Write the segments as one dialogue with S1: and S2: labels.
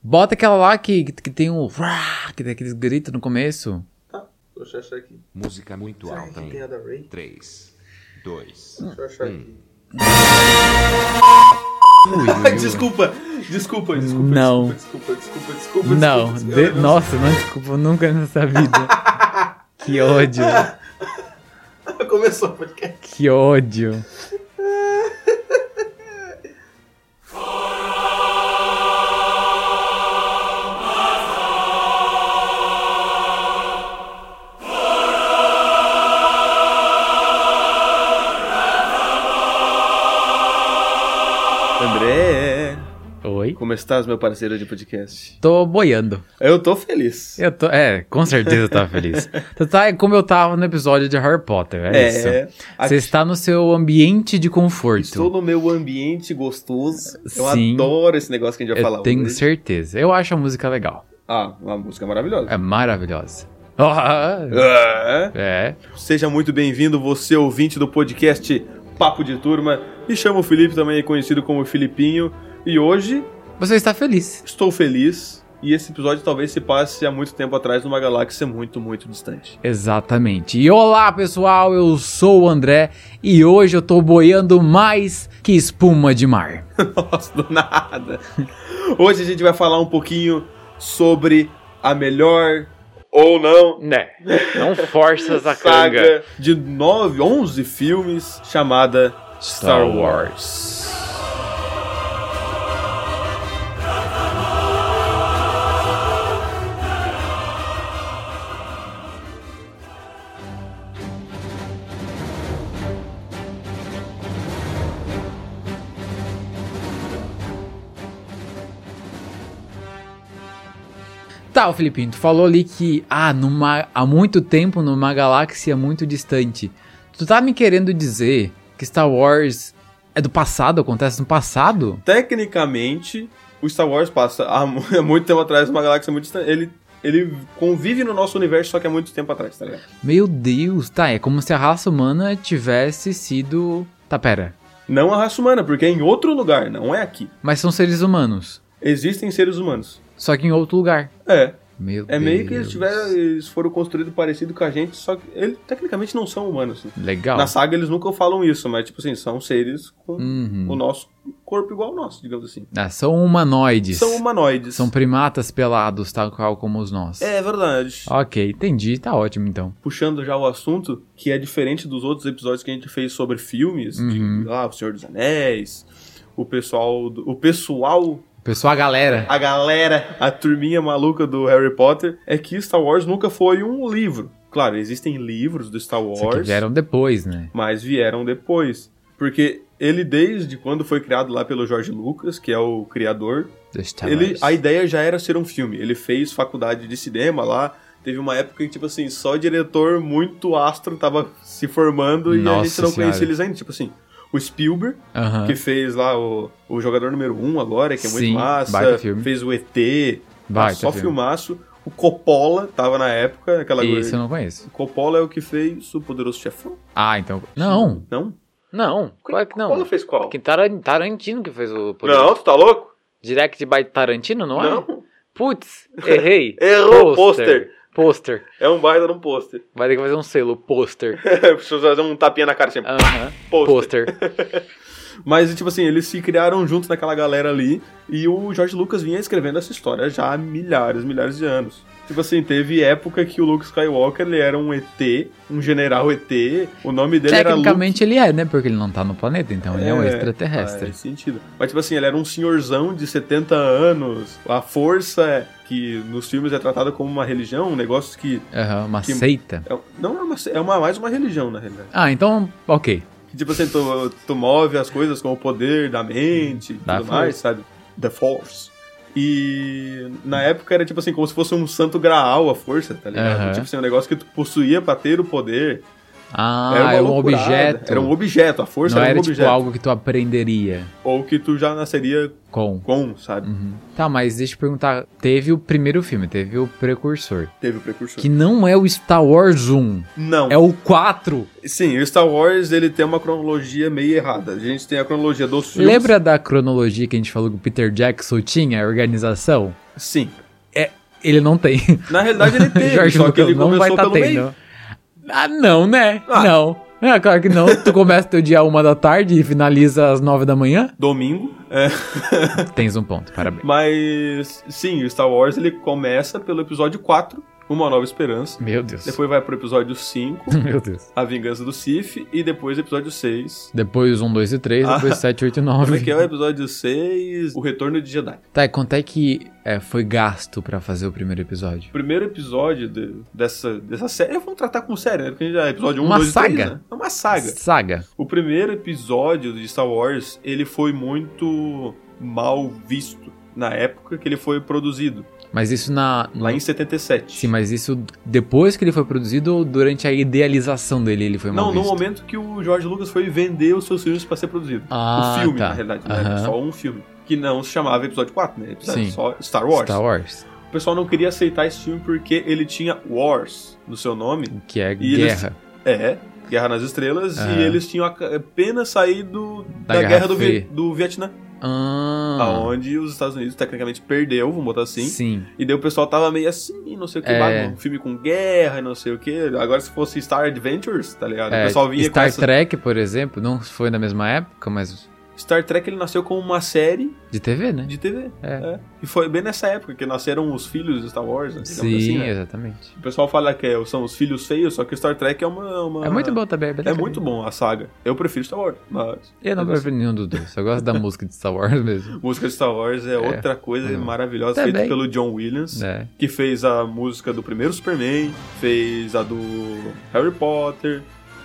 S1: Bota aquela lá que, que tem um. Que tem aqueles gritos no começo.
S2: Tá, deixa eu achar aqui.
S3: Música muito
S2: Será
S3: alta
S2: que tem a
S3: em
S2: da Ray?
S3: 3, 2.
S2: Deixa eu achar aqui.
S1: Ui,
S2: desculpa, desculpa, desculpa.
S1: Não.
S2: Desculpa, desculpa, desculpa, desculpa.
S1: Não,
S2: desculpa,
S1: de-
S2: desculpa.
S1: nossa, não desculpa nunca nessa vida. que ódio,
S2: Começou o podcast.
S1: que ódio.
S2: André,
S1: Oi?
S2: como estás, meu parceiro de podcast?
S1: Tô boiando.
S2: Eu tô feliz.
S1: Eu tô, é, com certeza eu tava feliz. Tu tá como eu tava no episódio de Harry Potter, é, isso. Você
S2: aqui
S1: está no seu ambiente de conforto.
S2: estou no meu ambiente gostoso. Eu
S1: Sim.
S2: adoro esse negócio que a gente vai
S1: eu
S2: falar
S1: tenho
S2: hoje.
S1: certeza. Eu acho a música legal.
S2: Ah, uma música maravilhosa.
S1: É maravilhosa. Ah,
S2: Ah,
S1: É.
S2: Seja muito bem-vindo, você ouvinte do podcast Papo de Turma. Me chamo Felipe, também conhecido como Filipinho. E hoje
S1: Você está feliz.
S2: estou feliz. E esse episódio talvez se passe há muito tempo atrás numa galáxia muito, muito distante.
S1: Exatamente. E olá, pessoal, eu sou o André e hoje eu tô boiando mais que espuma de mar.
S2: Nossa, do nada. Hoje a gente vai falar um pouquinho sobre a melhor ou não
S1: Né. Não forças
S2: saga de 9, 11 filmes chamada Star Wars.
S1: Tá, o Filipinho, tu falou ali que ah, numa, há muito tempo, numa galáxia muito distante. Tu tá me querendo dizer que Star Wars é do passado, acontece no passado?
S2: Tecnicamente, o Star Wars passa há mu- há muito tempo atrás numa galáxia muito distante. Ele, ele convive no nosso universo, só que há muito tempo atrás, tá ligado?
S1: Meu Deus, tá, é como se a raça humana tivesse sido. Tá, pera.
S2: Não a raça humana, porque é em outro lugar, não é aqui.
S1: Mas são seres humanos.
S2: Existem seres humanos.
S1: Só que em outro lugar.
S2: É,
S1: Meu Deus.
S2: é meio que eles tiveram, eles foram construídos parecido com a gente, só que eles tecnicamente não são humanos. né?
S1: Legal.
S2: Na saga eles nunca falam isso, mas tipo assim, são seres com
S1: Uhum.
S2: o nosso corpo igual ao nosso, digamos assim.
S1: Ah, são humanoides.
S2: São humanoides.
S1: São primatas pelados, tal qual como os nossos.
S2: É verdade.
S1: Ok, entendi. Tá ótimo então.
S2: puxando já o assunto, que é diferente dos outros episódios que a gente fez sobre filmes,
S1: Uhum.
S2: de, ah, O Senhor dos Anéis, o pessoal, do- o pessoal,
S1: Pessoal, a galera.
S2: a galera, a turminha maluca do Harry Potter, é que Star Wars nunca foi um livro. Claro, existem livros do Star
S1: Só que
S2: Wars,
S1: vieram depois, né?
S2: mas vieram depois, porque ele desde quando foi criado lá pelo George Lucas, que é o criador,
S1: Do Star
S2: ele,
S1: Wars.
S2: a ideia já era ser um filme. Ele fez faculdade de cinema lá. Teve uma época que, tipo assim, só diretor muito astro tava se formando e a
S1: Nossa
S2: gente não
S1: Senhora.
S2: conhecia eles ainda. Tipo assim, o Spielberg,
S1: Aham.
S2: que fez lá o, o jogador número 1 um agora, que é muito
S1: Sim, baita
S2: massa.
S1: filme.
S2: Fez o ET,
S1: Vai,
S2: só
S1: tá filme.
S2: filmaço. O Coppola tava na época, aquela
S1: Isso eu não conheço.
S2: O Coppola é o que fez o Poderoso Chefão?
S1: Ah, então. Não.
S2: Não?
S1: Não. Claro que não.
S2: Coppola fez qual? é
S1: Que Taran- Tarantino que fez o.
S2: Não, tu tá louco?
S1: Direct by Tarantino, não, é?
S2: Não.
S1: Putz, errei.
S2: Errou o pôster.
S1: Pôster.
S2: É um baita num pôster.
S1: Vai ter que fazer um selo. Pôster.
S2: Preciso fazer um tapinha na cara sempre.
S1: Aham.
S2: Pôster.
S1: Pôster.
S2: Mas, tipo assim, eles se criaram junto naquela galera ali e o George Lucas vinha escrevendo essa história já há milhares, milhares de anos. Tipo assim, teve época que o Luke Skywalker ele era um ET, um general ET, o nome dele era Luke...
S1: Tecnicamente ele é, né? Porque ele não tá no planeta, então ele é um
S2: É,
S1: extraterrestre.
S2: Faz sentido. Mas, tipo assim, ele era um senhorzão de 70 anos. A força que nos filmes é tratada como uma religião, um negócio que...
S1: Aham, uma
S2: Que-
S1: seita.
S2: é- não é uma... É uma, mais uma religião, na realidade.
S1: Ah, então, ok.
S2: Que, tipo assim, tu, tu move as coisas com o poder da mente e
S1: Da
S2: tudo mais, sabe? The Force. E na época era tipo assim, como se fosse um santo graal a força, tá ligado?
S1: Aham.
S2: Tipo assim, um negócio que tu possuía pra ter o poder.
S1: Ah,
S2: era, uma
S1: é um
S2: loucurada.
S1: objeto.
S2: Era um objeto, a força
S1: não
S2: era,
S1: era,
S2: um
S1: tipo
S2: objeto.
S1: algo que tu aprenderia
S2: Ou que tu já nasceria
S1: com.
S2: com, sabe?
S1: Uhum. Tá, mas deixa eu perguntar. Teve o primeiro filme, teve o Precursor.
S2: Teve o precursor.
S1: Que não é o Star Wars 1,
S2: Não.
S1: é o 4.
S2: Sim, o Star Wars ele tem uma cronologia meio errada. A gente tem a cronologia dos filmes.
S1: Lembra da cronologia que a gente falou que o Peter Jackson tinha, a organização?
S2: Sim.
S1: Ele não tem.
S2: Na realidade ele teve,
S1: Jorge
S2: só que
S1: Lucas
S2: ele
S1: não vai
S2: começou
S1: estar
S2: pelo meio.
S1: tendo. Ah, não, né?
S2: Ah.
S1: Não. É, claro que não. Tu começa teu dia uma da tarde e finaliza às nove da manhã.
S2: Domingo. é.
S1: Tens um ponto, parabéns.
S2: Mas sim, o Star Wars ele começa pelo episódio 4, Uma Nova Esperança.
S1: Meu Deus.
S2: Depois vai pro episódio 5,
S1: Meu Deus.
S2: A Vingança do Sith, e depois episódio 6.
S1: Depois um, dois e três, depois
S2: Ah.
S1: sete, oito,
S2: Como
S1: nove.
S2: é que é o episódio 6? O Retorno de Jedi.
S1: Tá, e quanto é que é, foi gasto pra fazer o primeiro episódio?
S2: O primeiro episódio de- dessa, dessa série. Vamos tratar como série, né? Porque a gente já é episódio 1,
S1: Uma
S2: 2 e 3,
S1: saga.
S2: né? É uma saga.
S1: Saga.
S2: O primeiro episódio de Star Wars, ele foi muito mal visto na época que ele foi produzido,
S1: Mas isso na.
S2: lá em 77.
S1: Sim, mas isso depois que ele foi produzido ou durante a idealização dele ele foi mal
S2: Não, no
S1: visto?
S2: momento que o George Lucas foi vender os seus filmes pra ser produzido.
S1: Ah,
S2: o filme,
S1: tá.
S2: na realidade, né?
S1: Aham.
S2: Só um filme. Que não se chamava episódio 4, né? Episódio
S1: Sim.
S2: só Star Wars.
S1: Star Wars.
S2: O pessoal não queria aceitar esse filme porque ele tinha Wars no seu nome.
S1: Que é
S2: eles-
S1: guerra.
S2: É, Guerra nas Estrelas,
S1: Aham.
S2: e eles tinham ac- apenas saído
S1: É. Da
S2: da,
S1: Guerra
S2: guerra, do, Vi-
S1: Fria.
S2: do Vietnã,
S1: Ah,
S2: aonde os Estados Unidos tecnicamente perdeu, vamos botar assim.
S1: Sim.
S2: E daí o pessoal tava meio assim, não sei o que,
S1: É.
S2: bagulho, um filme com guerra, e não sei o que. Agora se fosse Star Adventures, tá ligado?
S1: É,
S2: o pessoal vinha
S1: Star
S2: com essa...
S1: Trek, por exemplo, não foi na mesma época, mas
S2: Star Trek ele nasceu como uma série
S1: de TV, né?
S2: de TV.
S1: É.
S2: é. E foi bem nessa época que nasceram os filhos de Star Wars, né? digamos
S1: Sim, é.
S2: assim, né?
S1: exatamente.
S2: O pessoal fala que é- são os filhos feios, só que Star Trek é uma. uma-
S1: É muito bom também.
S2: É muito bom a saga. Eu prefiro Star Wars, mas.
S1: Eu não prefiro nenhum dos dois. Eu gosto da música de Star Wars mesmo.
S2: Música de Star Wars é, outra coisa
S1: Hum.
S2: maravilhosa,
S1: Também.
S2: feita pelo John Williams,
S1: É.
S2: que fez a música do primeiro Superman, fez a do Harry Potter,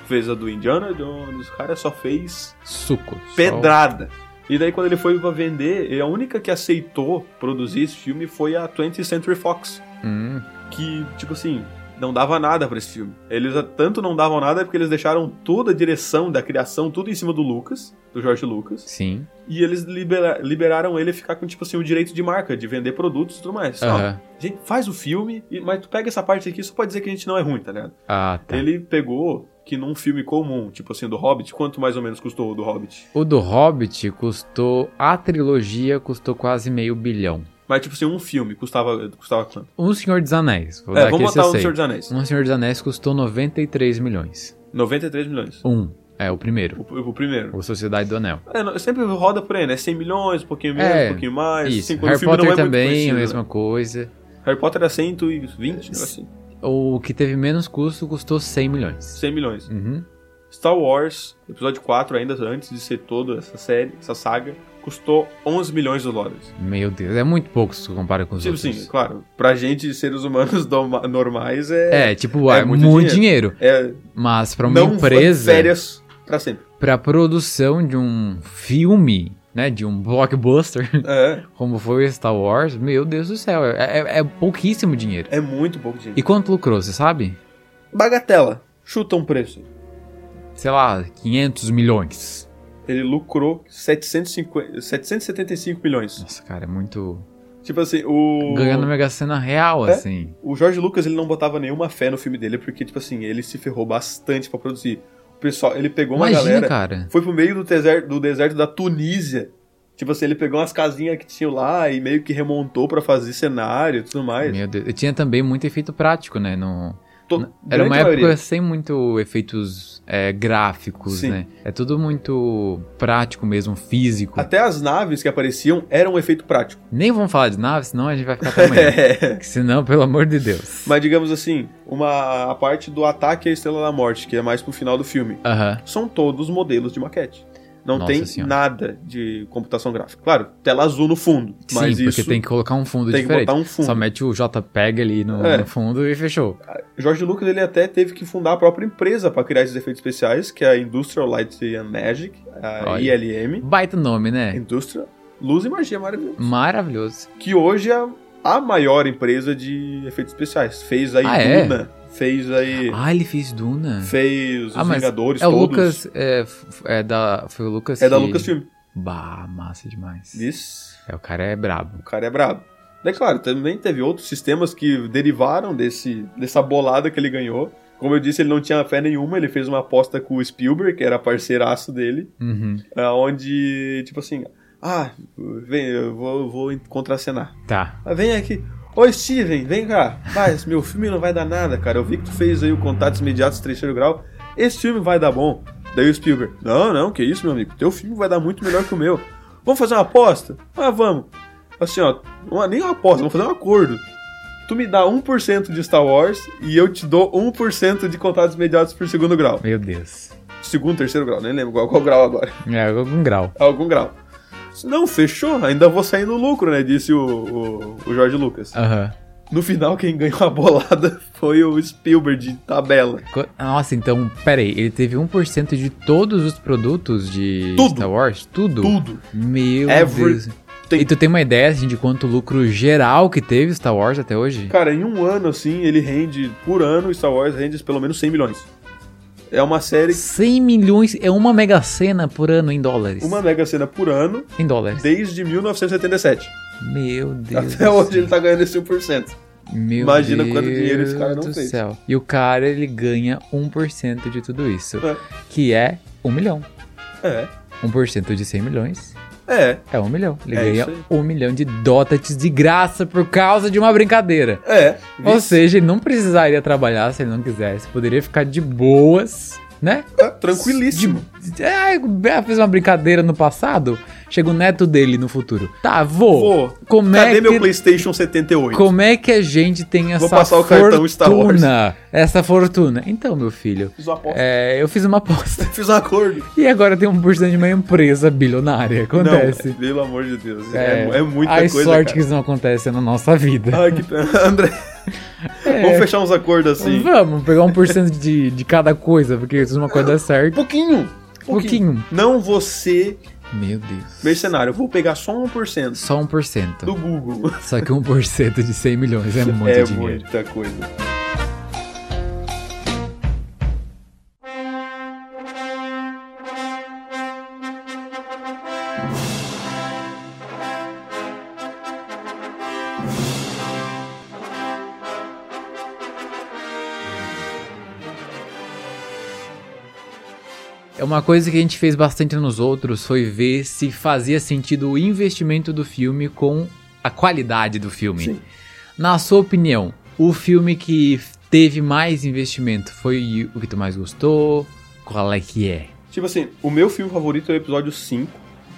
S2: fez a do Indiana Jones, o cara só fez
S1: Suco.
S2: pedrada. E daí quando ele foi pra vender, e a única que aceitou produzir esse filme foi a 20th Century Fox,
S1: Sol. Hum,
S2: que, tipo assim, não dava nada pra esse filme. Eles a- tanto não davam nada porque eles deixaram toda a direção da criação, tudo em cima do Lucas, do George Lucas.
S1: sim.
S2: E eles libera- liberaram ele ficar com, tipo assim, o direito de marca, de vender produtos e tudo mais. Ó,
S1: Aham.
S2: gente, faz o filme, e- mas tu pega essa parte aqui só pra dizer que a gente não é ruim, tá ligado?
S1: Ah, tá.
S2: Ele pegou que num filme comum, tipo assim, do Hobbit, quanto mais ou menos custou o do Hobbit?
S1: O do Hobbit custou. A trilogia custou quase meio bilhão.
S2: Mas, tipo assim, um filme custava, custava quanto?
S1: Um Senhor dos Anéis. Vou
S2: É,
S1: dar aqui
S2: vamos
S1: esse eu
S2: botar o
S1: sei.
S2: Senhor dos Anéis.
S1: Um Senhor dos Anéis custou 93 milhões.
S2: 93 milhões.
S1: Um. É, o primeiro.
S2: O, o primeiro.
S1: O Sociedade do Anel.
S2: É, não, sempre roda por aí, né? 100 milhões, um pouquinho menos,
S1: É,
S2: um pouquinho mais.
S1: Isso.
S2: Assim, quando o
S1: Harry
S2: filme não
S1: Potter
S2: é muito
S1: também, a
S2: conhecido, né?
S1: mesma coisa.
S2: Harry Potter era 120, era assim,
S1: O que teve menos custo custou 100 milhões.
S2: 100 milhões.
S1: Uhum.
S2: Star Wars, episódio 4, ainda antes de ser toda essa série, essa saga, custou 11 milhões de dólares.
S1: Meu Deus, é muito pouco se compara com os
S2: Tipo
S1: outros.
S2: assim, claro, pra gente, seres humanos doma- normais, é,
S1: É, tipo, é,
S2: É
S1: muito,
S2: muito
S1: dinheiro.
S2: é
S1: Mas pra uma
S2: não
S1: empresa,
S2: férias pra sempre.
S1: pra produção de um filme, né, de um blockbuster,
S2: É,
S1: como foi Star Wars, meu Deus do céu, é, é- é pouquíssimo dinheiro.
S2: é muito pouco dinheiro.
S1: E quanto lucrou, você sabe?
S2: Bagatela, chuta um preço.
S1: Sei lá, 500 milhões.
S2: Ele lucrou 750, 775 milhões.
S1: Nossa, cara, é muito...
S2: Tipo assim, o...
S1: Ganhando Mega Sena real,
S2: É?
S1: assim.
S2: O Jorge Lucas ele não botava nenhuma fé no filme dele, porque, tipo assim, ele se ferrou bastante pra produzir. O pessoal, ele pegou uma
S1: Imagina,
S2: galera...
S1: cara.
S2: foi pro meio do deserto, do deserto da Tunísia. Tipo assim, ele pegou umas casinhas que tinham lá e meio que remontou pra fazer cenário e tudo mais.
S1: Meu Deus. E tinha também muito efeito prático, né? No...
S2: To-
S1: Era
S2: grande
S1: uma época
S2: maioria.
S1: sem muito efeitos é, gráficos,
S2: Sim.
S1: né? É tudo muito prático mesmo, físico.
S2: Até as naves que apareciam eram um efeito prático. É.
S1: Nem vamos falar de nave, senão a gente vai ficar até amanhã. Que senão, pelo amor de Deus.
S2: Mas digamos assim, uma a parte do ataque à Estrela da Morte, que é mais pro final do filme,
S1: Aham.
S2: são todos modelos de maquete. Não
S1: Nossa
S2: tem
S1: Senhora.
S2: nada de computação gráfica. Claro, tela azul no fundo,
S1: Sim,
S2: mas
S1: porque
S2: isso
S1: tem que colocar um fundo
S2: tem que
S1: diferente.
S2: botar um fundo.
S1: Só mete o JPEG ali no,
S2: É.
S1: no fundo e fechou.
S2: Jorge Lucas ele até teve que fundar a própria empresa pra criar esses efeitos especiais, que é a Industrial Light and Magic, a
S1: Olha.
S2: ILM.
S1: Baita nome, né?
S2: Indústria Luz e Magia maravilhoso.
S1: Maravilhoso.
S2: Que hoje é a maior empresa de efeitos especiais. Fez aí
S1: Ah, é?
S2: Duna, fez aí.
S1: Ah, ele fez Duna.
S2: Fez os
S1: Ah, mas
S2: Vingadores
S1: É o
S2: todos.
S1: Lucas. É, f- é da. Foi o Lucas.
S2: É da
S1: que-
S2: Lucasfilm.
S1: Bah, massa demais.
S2: Isso.
S1: É, o cara é brabo.
S2: O cara é brabo. É claro, também teve outros sistemas que derivaram desse, dessa bolada que ele ganhou. Como eu disse, ele não tinha fé nenhuma, ele fez uma aposta com o Spielberg, que era parceiraço dele,
S1: Uhum.
S2: onde, tipo assim, Ah, vem, eu vou, vou contracenar.
S1: Tá.
S2: Ah, vem aqui. Ô Steven, vem cá. Mas meu filme não vai dar nada, cara. Eu vi que tu fez aí o Contatos Imediatos Terceiro Grau. Esse filme vai dar bom. Daí o Spielberg. Não, não, que isso, meu amigo. Teu filme vai dar muito melhor que o meu. Vamos fazer uma aposta? Ah, vamos. Assim, ó, uma- nem uma aposta, vamos fazer um acordo. Tu me dá 1% de Star Wars e eu te dou 1% de Contatos Imediatos por segundo grau.
S1: Meu Deus.
S2: Segundo, terceiro grau, nem lembro qual, qual grau agora.
S1: É, algum grau.
S2: Algum grau. Não, fechou, ainda vou sair no lucro, né? Disse o, o, o Jorge Lucas.
S1: Aham.
S2: No final, quem ganhou a bolada foi o Spielberg de tabela.
S1: Co- Nossa, então, pera aí. Ele teve 1% de todos os produtos de
S2: Tudo.
S1: Star Wars? Tudo?
S2: Tudo.
S1: Meu
S2: Every-
S1: Deus.
S2: tem-
S1: E tu tem uma ideia, assim, de quanto lucro geral que teve Star Wars até hoje?
S2: Cara, em um ano, assim, ele rende, por ano, Star Wars rende pelo menos 100 milhões. É uma série,
S1: 100 milhões é uma mega cena por ano em dólares.
S2: uma mega cena por ano,
S1: Em dólares.
S2: desde 1977.
S1: Meu Deus.
S2: Até hoje ele tá ganhando esse 1%.
S1: Meu
S2: Imagina
S1: Deus
S2: quanto dinheiro esse cara não
S1: do
S2: fez.
S1: Céu. E o cara, ele ganha 1% de tudo isso.
S2: É.
S1: Que é 1 milhão.
S2: É,
S1: 1% de 100 milhões
S2: é,
S1: é 1 milhão. Ele
S2: É
S1: ganha
S2: isso aí.
S1: 1 milhão de dotates de graça por causa de uma brincadeira.
S2: é.
S1: Ou seja, ele não precisaria trabalhar se ele não quisesse. Poderia ficar de boas, né?
S2: É, Tranquilíssimo.
S1: De- É, fez uma brincadeira no passado, chega o neto dele no futuro. Tá, vou.
S2: Vou.
S1: Como é
S2: Cadê
S1: que...
S2: meu PlayStation 78?
S1: Como é que a gente tem essa
S2: passar o
S1: fortuna?
S2: cartão Star Wars.
S1: Essa fortuna. Então, meu filho,
S2: Fiz uma aposta.
S1: é, eu fiz uma aposta.
S2: Fiz um acordo.
S1: E agora tem um porcento de uma empresa bilionária. Acontece.
S2: Não, pelo amor de Deus. É, é muita
S1: Ai,
S2: coisa.
S1: sorte que
S2: cara. Ah,
S1: isso não acontece na nossa vida.
S2: Ai, que pena. André,
S1: É,
S2: vamos fechar uns acordos assim.
S1: Vamos pegar um por cento de, de cada coisa, porque se uma coisa der certo.
S2: Um Pouquinho.
S1: Um Pouquinho.
S2: Não você,
S1: Meu Deus.
S2: mercenário. Eu vou pegar só 1%
S1: Só 1%.
S2: do Google.
S1: Só que 1% de 100 milhões é muito
S2: é
S1: dinheiro.
S2: muita coisa.
S1: É uma coisa que a gente fez bastante nos outros foi ver se fazia sentido o investimento do filme com a qualidade do filme.
S2: Sim.
S1: Na sua opinião, o filme que f- teve mais investimento foi o que tu mais gostou? Qual é que é?
S2: Tipo assim, o meu filme favorito é o episódio 5,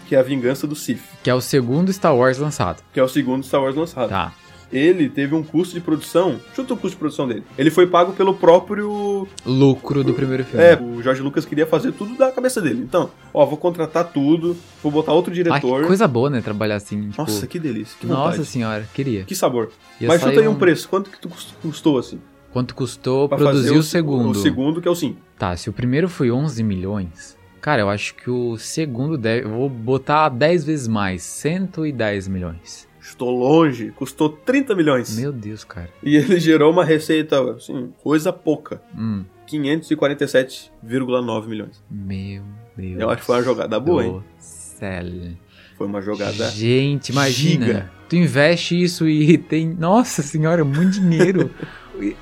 S2: que é A Vingança do Sith,
S1: Que é o segundo Star Wars lançado.
S2: que é o segundo Star Wars lançado.
S1: Tá.
S2: Ele teve um custo de produção. Chuta o custo de produção dele. Ele foi pago pelo próprio
S1: Lucro do primeiro filme.
S2: É, o Jorge Lucas queria fazer tudo da cabeça dele. Então, ó, vou contratar tudo, vou botar outro
S1: Ah, que
S2: diretor.
S1: coisa boa, né? Trabalhar assim. Tipo,
S2: Nossa, que delícia. Que vontade.
S1: nossa senhora, queria.
S2: Que sabor.
S1: Ia
S2: Mas
S1: sair
S2: chuta aí um preço. Quanto que tu cust- custou, assim?
S1: Quanto custou
S2: pra
S1: produzir
S2: fazer
S1: o segundo?
S2: O segundo, que é o 5.
S1: Tá, se o primeiro foi 11 milhões, cara, eu acho que o segundo deve. Eu vou botar 10 vezes mais, 110 milhões.
S2: Estou longe. Custou 30 milhões.
S1: Meu Deus, cara.
S2: E ele gerou uma receita, assim, coisa pouca.
S1: Hum,
S2: 547,9 milhões.
S1: meu Deus.
S2: Eu acho que foi uma jogada boa, hein?
S1: do céu.
S2: Foi uma jogada...
S1: Gente, imagina.
S2: giga.
S1: Tu investe isso e tem. Nossa senhora, muito dinheiro.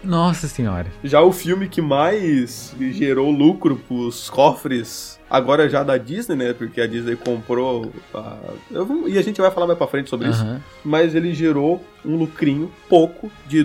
S1: Nossa senhora.
S2: Já o filme que mais gerou lucro pros cofres, agora já da Disney, né? Porque a Disney comprou. A... eu vou- E a gente vai falar mais pra frente sobre isso.
S1: Aham.
S2: Mas ele gerou um lucrinho pouco de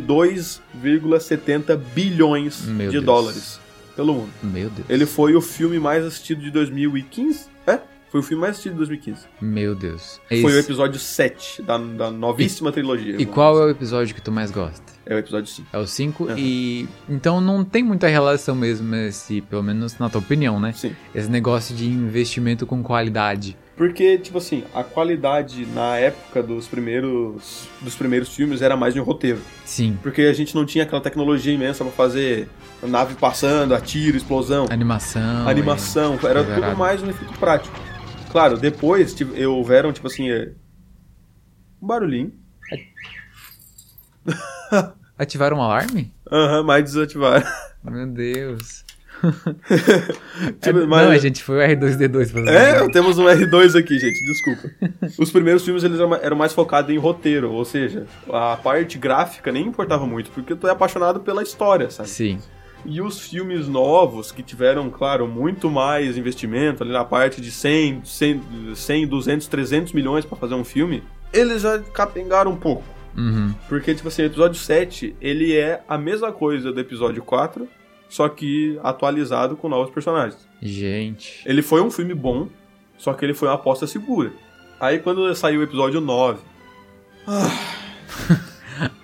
S2: 2,70 bilhões
S1: Meu
S2: de
S1: Deus.
S2: dólares pelo mundo.
S1: Meu Deus.
S2: Ele foi o filme mais assistido de 2015. É? Foi o filme mais assistido de 2015.
S1: Meu Deus.
S2: Foi o
S1: Esse-
S2: episódio 7 da, da novíssima trilogia.
S1: E qual é o episódio que tu mais gosta?
S2: É o episódio 5.
S1: É o 5
S2: Aham.
S1: e. Então não tem muita relação mesmo, esse, pelo menos na tua opinião, né?
S2: Sim.
S1: Esse negócio de investimento com qualidade.
S2: Porque, tipo assim, a qualidade na época dos primeiros dos primeiros filmes era mais de um roteiro.
S1: Sim.
S2: Porque a gente não tinha aquela tecnologia imensa pra fazer nave passando, atiro, explosão,
S1: Animação.
S2: animação.
S1: é,
S2: Era tudo
S1: Exagerado.
S2: mais um efeito prático. Claro, depois tipo, eu- houveram, tipo assim, é, um barulhinho.
S1: e- Ativaram um alarme?
S2: Aham, mas desativaram.
S1: Meu Deus.
S2: Tipo,
S1: É-
S2: mas-
S1: Não, a gente foi o R2D2 pra
S2: É, temos um R2 aqui, gente, desculpa. Os primeiros filmes eles eram- eram mais focados em roteiro, ou seja, a parte gráfica nem importava muito, porque tu é apaixonado pela história, sabe?
S1: Sim.
S2: E os filmes novos, que tiveram, claro, muito mais investimento, ali na parte de 100, 100, 100 200, 300 milhões pra fazer um filme, eles já capengaram um pouco.
S1: Uhum.
S2: Porque, tipo assim, o episódio 7, ele é a mesma coisa do episódio 4, só que atualizado com novos personagens.
S1: Gente.
S2: Ele foi um filme bom, só que ele foi uma aposta segura. Aí quando saiu o episódio 9,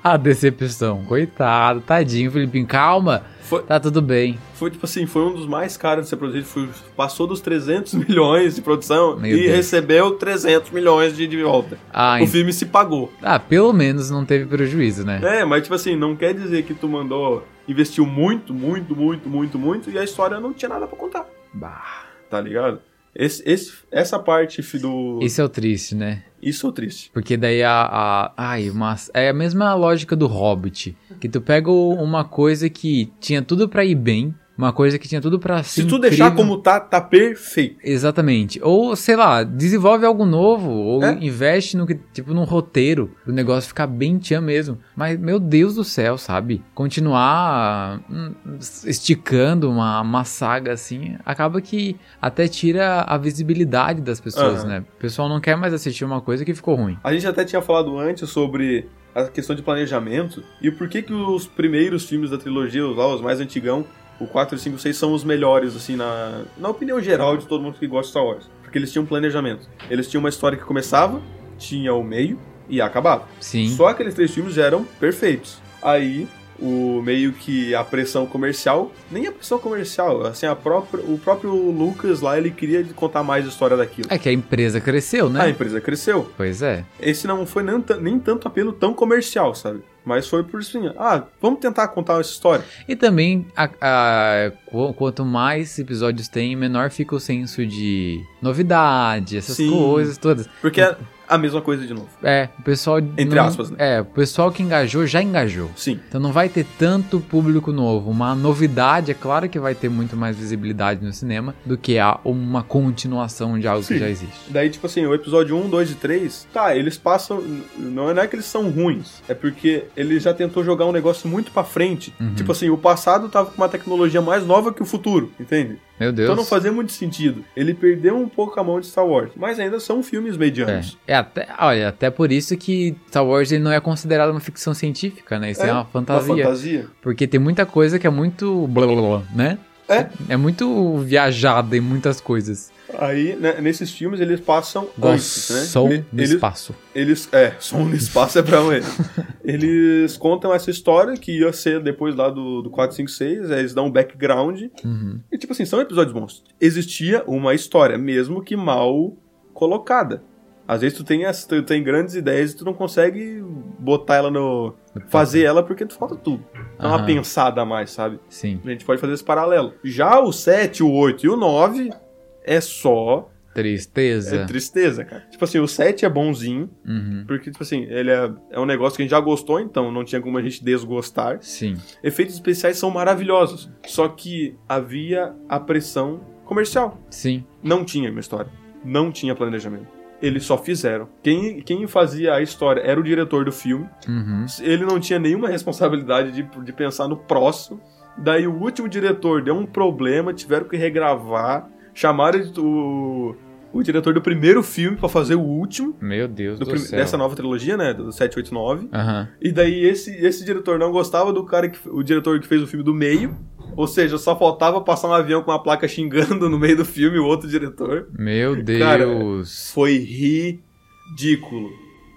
S1: A decepção. Coitado, tadinho, Filipinho. Calma.
S2: Foi-
S1: Tá tudo bem.
S2: foi tipo assim, foi um dos mais caros de ser produzido, foi- passou dos 300 milhões de produção
S1: Meu
S2: e
S1: Deus.
S2: recebeu 300 milhões de, de volta.
S1: Ah,
S2: O
S1: en-
S2: filme se pagou.
S1: ah, pelo menos não teve prejuízo, né?
S2: É, mas tipo assim, não quer dizer que tu mandou, investiu muito, muito, muito, muito, muito e a história não tinha nada pra contar,
S1: Bah.
S2: tá ligado? Esse, esse- essa parte fi, do.
S1: Isso é o triste, né?
S2: Isso é triste.
S1: Porque daí a. a- ai, mas. É a mesma lógica do Hobbit. Que tu pega o- uma coisa que tinha tudo pra ir bem, uma coisa que tinha tudo pra ser.
S2: Se tu deixar
S1: incrível.
S2: como tá, tá perfeito.
S1: Exatamente. Ou, sei lá, desenvolve algo novo, ou
S2: É.
S1: investe no que, tipo, num roteiro, pro negócio ficar bem tchan mesmo. Mas, meu Deus do céu, sabe? Continuar hum, esticando uma, uma saga assim, acaba que até tira a visibilidade das pessoas,
S2: Aham.
S1: né? O pessoal não quer mais assistir uma coisa que ficou ruim.
S2: A gente até tinha falado antes sobre a questão de planejamento e por que que os primeiros filmes da trilogia, os, lá, os mais antigão, o 4, 5, 6 são os melhores, assim, na, na opinião geral de todo mundo que gosta de Star Wars. Porque eles tinham um planejamento. Eles tinham uma história que começava, tinha o meio e acabava.
S1: Sim.
S2: Só aqueles três filmes já eram perfeitos. Aí, o meio que a pressão comercial, nem a pressão comercial, assim, a própria, o próprio Lucas lá, ele queria contar mais a história daquilo.
S1: É que a empresa cresceu, né?
S2: A empresa cresceu.
S1: Pois é.
S2: Esse não foi nem, tan- nem tanto apelo tão comercial, sabe? Mas foi por assim, ah, vamos tentar contar essa história.
S1: E também, a- a- qu- quanto mais episódios tem, menor fica o senso de novidade, essas
S2: Sim.
S1: coisas todas.
S2: Porque é a mesma coisa de novo.
S1: É, o pessoal.
S2: Entre
S1: não-
S2: aspas, né?
S1: É, o pessoal que engajou já engajou.
S2: Sim.
S1: Então não vai ter tanto público novo. Uma novidade, é claro que vai ter muito mais visibilidade no cinema do que a, uma continuação de algo
S2: Sim.
S1: que já existe.
S2: Daí, tipo assim, o episódio 1, 2 e 3, tá, eles passam. Não é não é que eles são ruins, é porque ele já tentou jogar um negócio muito pra frente.
S1: Uhum.
S2: Tipo assim, o passado tava com uma tecnologia mais nova que o futuro, entende?
S1: Meu Deus.
S2: Então não fazia muito sentido. Ele perdeu um pouco a mão de Star Wars, mas ainda são filmes
S1: é,
S2: medianos.
S1: é até, olha, até por isso que Star Wars ele não é considerado uma ficção científica, né? Isso é,
S2: É,
S1: uma
S2: Uma
S1: fantasia.
S2: fantasia.
S1: Porque tem muita coisa que é muito blá blá blá, né? É muito viajada em muitas coisas.
S2: Aí, né, nesses filmes, eles passam antes, né?
S1: Som
S2: Ele-
S1: no
S2: eles-
S1: espaço.
S2: Eles. É, som no espaço é pra eles. Eles contam essa história que ia ser depois lá do, do 456. Eles dão um background.
S1: Uhum.
S2: E tipo assim, são episódios bons. Existia uma história, mesmo que mal colocada. Às vezes tu tem, as, tu tem grandes ideias e tu não consegue botar ela no. fazer ela porque tu falta tudo. Dá uma
S1: Aham.
S2: pensada a mais, sabe?
S1: Sim,
S2: A gente pode fazer esse paralelo. Já o 7, o 8 e o 9 é só
S1: tristeza.
S2: é tristeza, cara. Tipo assim, o 7 é bonzinho,
S1: Uhum.
S2: porque, tipo assim, ele é, é um negócio que a gente já gostou, então não tinha como a gente desgostar.
S1: Sim.
S2: Efeitos especiais são maravilhosos, só que havia a pressão comercial.
S1: Sim.
S2: Não tinha uma história. Não tinha planejamento. Eles só fizeram. Quem, quem fazia a história era o diretor do filme.
S1: Uhum.
S2: Ele não tinha nenhuma responsabilidade de, de pensar no próximo. Daí o último diretor deu um problema, tiveram que regravar. Chamaram o, o diretor do primeiro filme pra fazer o último.
S1: Meu Deus
S2: do
S1: do,
S2: prim-
S1: céu.
S2: dessa nova trilogia, né? Do 789.
S1: Aham.
S2: E daí esse, esse diretor não gostava do cara que. O diretor que fez o filme do meio. Ou seja, só faltava passar um avião com uma placa xingando no meio do filme o outro diretor.
S1: Meu
S2: Cara,
S1: Deus.
S2: Foi ridículo.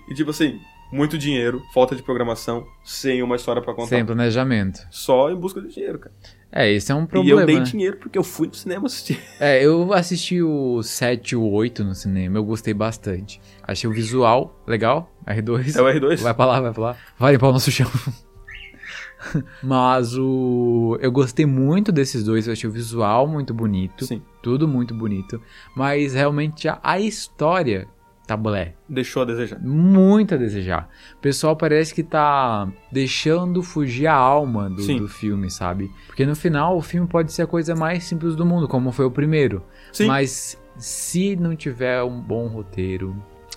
S2: E tipo assim, muito dinheiro, falta de programação, sem uma história pra contar.
S1: Sem planejamento.
S2: Só em busca de dinheiro, cara.
S1: É, esse é um
S2: e eu
S1: problema.
S2: dei
S1: né?
S2: dinheiro porque eu fui no cinema assistir.
S1: É, eu assisti o 7 e o 8 no cinema, eu gostei bastante. Achei o visual legal, R2.
S2: É o R2?
S1: Vai pra lá, vai pra lá. Vai limpar o nosso chão. Mas o. Eu gostei muito desses dois, eu achei o visual muito bonito.
S2: Sim.
S1: Tudo muito bonito. Mas realmente a, a história tá blé.
S2: Deixou a desejar.
S1: muito a desejar. O pessoal parece que tá deixando fugir a alma do,
S2: Sim.
S1: do filme, sabe? Porque no final o filme pode ser a coisa mais simples do mundo, como foi o primeiro.
S2: Sim.
S1: Mas se não tiver um bom roteiro,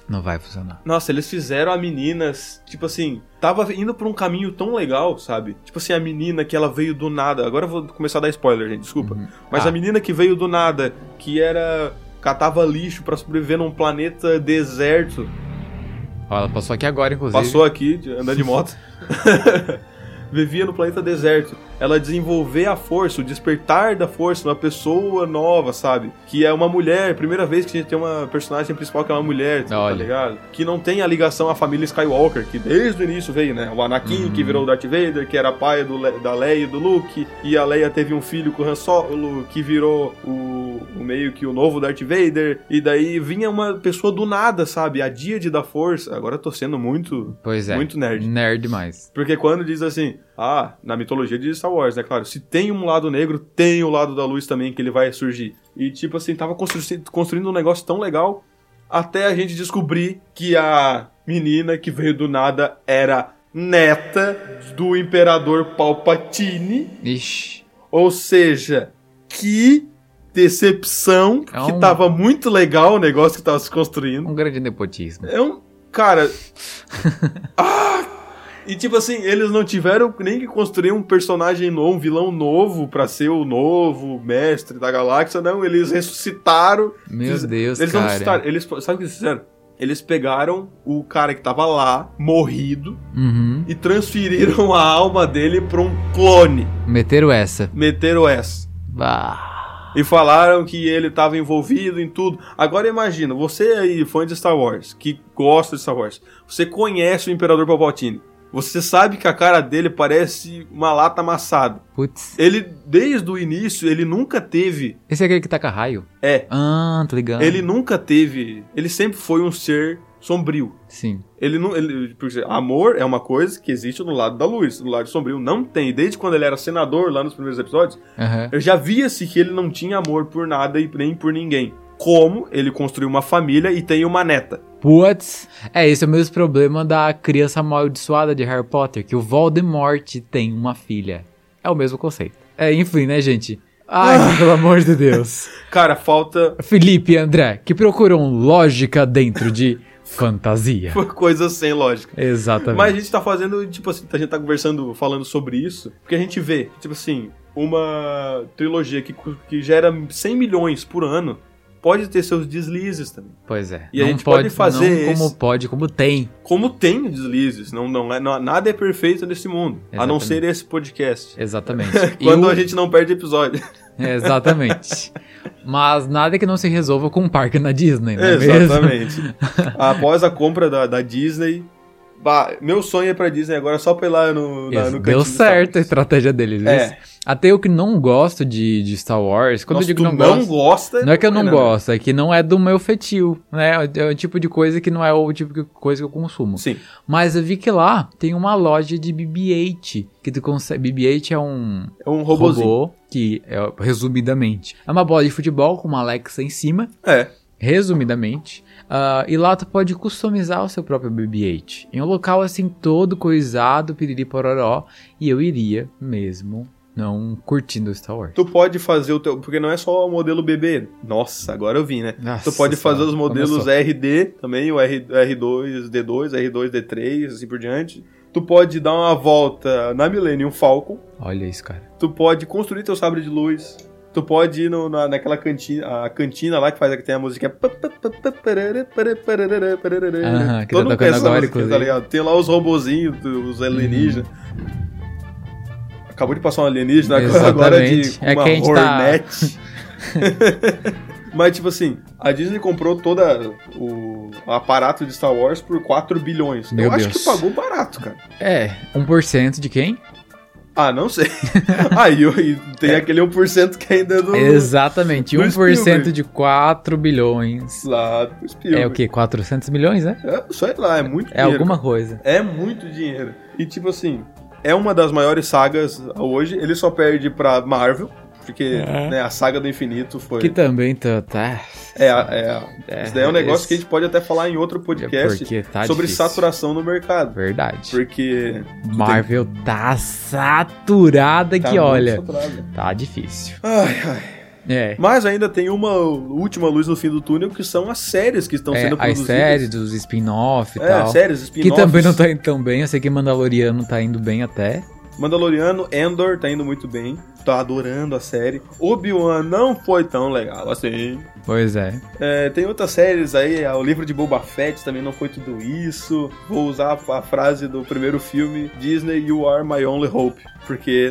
S1: Não vai funcionar.
S2: Nossa, eles fizeram a menina, tipo assim, tava indo por um caminho tão legal, sabe? Tipo assim, a menina que ela veio do nada. Agora eu vou começar a dar spoiler, gente, desculpa. Mas
S1: Ah.
S2: a menina que veio do nada, que era. catava lixo pra sobreviver num planeta deserto,
S1: Ó, ela passou aqui agora, inclusive.
S2: passou aqui, de- andando de moto. Vivia no planeta deserto. Ela desenvolver a força, o despertar da força, uma pessoa nova, sabe? Que é uma mulher, primeira vez que a gente tem uma personagem principal que é uma mulher, tá
S1: Olha.
S2: ligado? Que não tem a ligação à família Skywalker, que desde o início veio, né? O Anakin,
S1: Uhum.
S2: que virou o Darth Vader, que era pai do Le- da Leia e do Luke, e a Leia teve um filho com o Han Solo, que virou o, o meio que o novo Darth Vader, e daí vinha uma pessoa do nada, sabe? A Díade da Força. Agora eu tô sendo muito
S1: Pois é.
S2: muito nerd.
S1: Nerd demais.
S2: Porque quando diz assim, ah, na mitologia de Star Wars, né, claro, se tem um lado negro, tem o lado da luz também que ele vai surgir. E tipo assim, tava constru- construindo um negócio tão legal até a gente descobrir que a menina que veio do nada era neta do imperador Palpatine,
S1: Ixi.
S2: ou seja, que decepção,
S1: É
S2: que
S1: um-
S2: tava muito legal o negócio que tava se construindo.
S1: Um grande nepotismo.
S2: É um. Cara. Ah! E tipo assim, eles não tiveram nem que construir um personagem novo, um vilão novo pra ser o novo mestre da galáxia, não. Eles ressuscitaram.
S1: Meu
S2: Fiz-
S1: Deus,
S2: eles não
S1: cara.
S2: ressuscitaram. Eles, sabe o que eles fizeram? Eles pegaram o cara que tava lá, morrido,
S1: Uhum.
S2: e transferiram a alma dele pra um clone.
S1: Meteram essa.
S2: Meteram essa.
S1: Bah.
S2: E falaram que ele estava envolvido em tudo. Agora imagina, você aí, fã de Star Wars, que gosta de Star Wars, você conhece o Imperador Palpatine. Você sabe que a cara dele parece uma lata amassada.
S1: Putz.
S2: Ele, desde o início, ele nunca teve.
S1: Esse é aquele que taca raio?
S2: É.
S1: Ah, tá ligado.
S2: Ele nunca teve. Ele sempre foi um ser sombrio.
S1: Sim.
S2: Ele não. Ele, por exemplo, amor é uma coisa que existe no lado da luz. No lado sombrio não tem. Desde quando ele era senador, lá nos primeiros episódios,
S1: Aham.
S2: Eu já via-se que ele não tinha amor por nada e nem por ninguém. Como ele construiu uma família e tem uma neta.
S1: Putz. É, esse é o mesmo problema da criança amaldiçoada de Harry Potter, que o Voldemort tem uma filha. É o mesmo conceito. É, enfim, né, gente?
S2: Ah.
S1: Ai, pelo amor de Deus.
S2: Cara, falta
S1: Felipe e André, que procuram lógica dentro de fantasia.
S2: coisa sem lógica.
S1: Exatamente.
S2: Mas a gente tá fazendo, tipo assim, a gente tá conversando, falando sobre isso, porque a gente vê, tipo assim, uma trilogia que, cu- que gera 100 milhões por ano pode ter seus deslizes também.
S1: Pois é.
S2: E a gente pode fazer
S1: não como
S2: esse-
S1: pode, como tem.
S2: Como tem deslizes, não, não, é- não- nada é perfeito nesse mundo, a não
S1: Exatamente.
S2: ser esse podcast.
S1: Exatamente. E
S2: Quando
S1: o-
S2: a gente não perde episódio.
S1: Exatamente. Mas nada que não se resolva com um parque na Disney, não é mesmo?
S2: Exatamente. Após a compra da, da Disney. bah, meu sonho é pra Disney agora só pra ir lá no, na,
S1: Isso,
S2: no
S1: deu
S2: cantinho de Star
S1: certo então. a
S2: Wars.
S1: estratégia deles.
S2: É.
S1: Eles- Até eu que não gosto de, de Star Wars, quando
S2: Nossa,
S1: eu digo
S2: tu
S1: não gosto,
S2: gosta.
S1: não é que eu não
S2: né?
S1: gosto, é que não é do meu fetio, né? É o tipo de coisa que não é o tipo de coisa que eu consumo.
S2: Sim.
S1: Mas eu vi que lá tem uma loja de BB-8, que tu consegue... BB-8 é um
S2: É um robozinho.
S1: robô que, é, resumidamente, é uma bola de futebol com uma Alexa em cima,
S2: É.
S1: resumidamente. ah, e lá tu pode customizar o seu próprio BB-8. Em um local assim todo coisado, piriri pororó. E eu iria mesmo não curtindo Star Wars.
S2: Tu pode fazer o teu. Porque não é só o modelo BB. Nossa, agora eu vim, né?
S1: Nossa
S2: Tu pode fazer
S1: senhora,
S2: os modelos é-
S1: começou.
S2: RD também, o R, R2, D2, R2, D3, assim por diante. Tu pode dar uma volta na Millennium Falcon.
S1: Olha isso, cara.
S2: Tu pode construir teu sabre de luz. Tu pode ir no- na, naquela cantina, a cantina lá que faz que tem a música. é
S1: Aham, que tá
S2: Todo mundo
S1: tocando
S2: conhece essa
S1: agora,
S2: musiquinha, tá
S1: inclusive. Hum.
S2: ligado? Tem lá os robozinhos, do- os alienígenas. Acabou de passar um alienígena agora- agora de
S1: Exatamente.
S2: com
S1: É
S2: uma
S1: que a gente tá-
S2: Hornet. Mas tipo assim, a Disney comprou toda o aparato de Star Wars por 4 bilhões.
S1: Meu
S2: Eu acho
S1: Deus.
S2: que pagou barato, cara.
S1: É, 1% de quem?
S2: Ah, não sei. ah, e, e
S1: É.
S2: tem aquele 1% que ainda é do.
S1: Exatamente,
S2: do
S1: 1%
S2: Spielberg.
S1: de 4 bilhões.
S2: Lá do Spielberg.
S1: É o quê? 400 milhões, né?
S2: É, sei lá, é muito
S1: É
S2: dinheiro.
S1: alguma coisa.
S2: É muito dinheiro. E tipo assim, é uma das maiores sagas hoje. Ele só perde pra Marvel, porque
S1: É.
S2: né, a saga do infinito foi.
S1: Que também tá. tá
S2: É, a- é, a-
S1: É,
S2: isso daí é um negócio
S1: esse-
S2: que a gente pode até falar em outro podcast
S1: porque tá
S2: sobre
S1: difícil.
S2: saturação no mercado.
S1: Verdade.
S2: Porque.
S1: Marvel tá saturada
S2: tá
S1: que
S2: muito
S1: olha.
S2: saturado.
S1: Tá difícil.
S2: Ai, ai.
S1: É.
S2: Mas ainda tem uma última luz no fim do túnel, que são as séries que estão
S1: É,
S2: sendo
S1: as
S2: produzidas.
S1: séries dos spin-off e
S2: É,
S1: tal.
S2: séries,
S1: que
S2: spin-offs.
S1: também não tá indo tão bem. Eu sei que Mandaloriano tá indo bem até.
S2: Mandaloriano, Endor tá indo muito bem. Tá adorando a série. Obi-Wan não foi tão legal assim.
S1: Pois é.
S2: É, tem outras séries aí, é, o livro de Boba Fett também não foi tudo isso. Vou usar a frase do primeiro filme: Disney, you are my only hope. Porque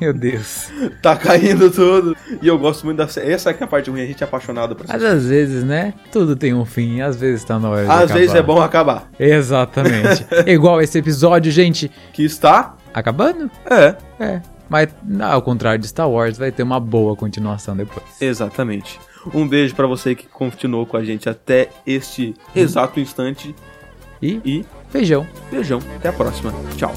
S1: Meu Deus.
S2: tá caindo tudo. E eu gosto muito da série. Essa que é a parte ruim, a gente é apaixonado por
S1: Mas
S2: essa.
S1: às vezes, né? Tudo tem um fim. Às vezes tá na hora de
S2: Às vezes é
S1: acabar.
S2: bom acabar.
S1: Exatamente. Igual esse episódio, gente.
S2: Que está.
S1: Acabando?
S2: É,
S1: É. Mas ao contrário de Star Wars, vai ter uma boa continuação depois.
S2: exatamente. Um beijo pra você que continuou com a gente até este exato instante.
S1: E
S2: E
S1: feijão.
S2: beijão. Até a próxima. Tchau.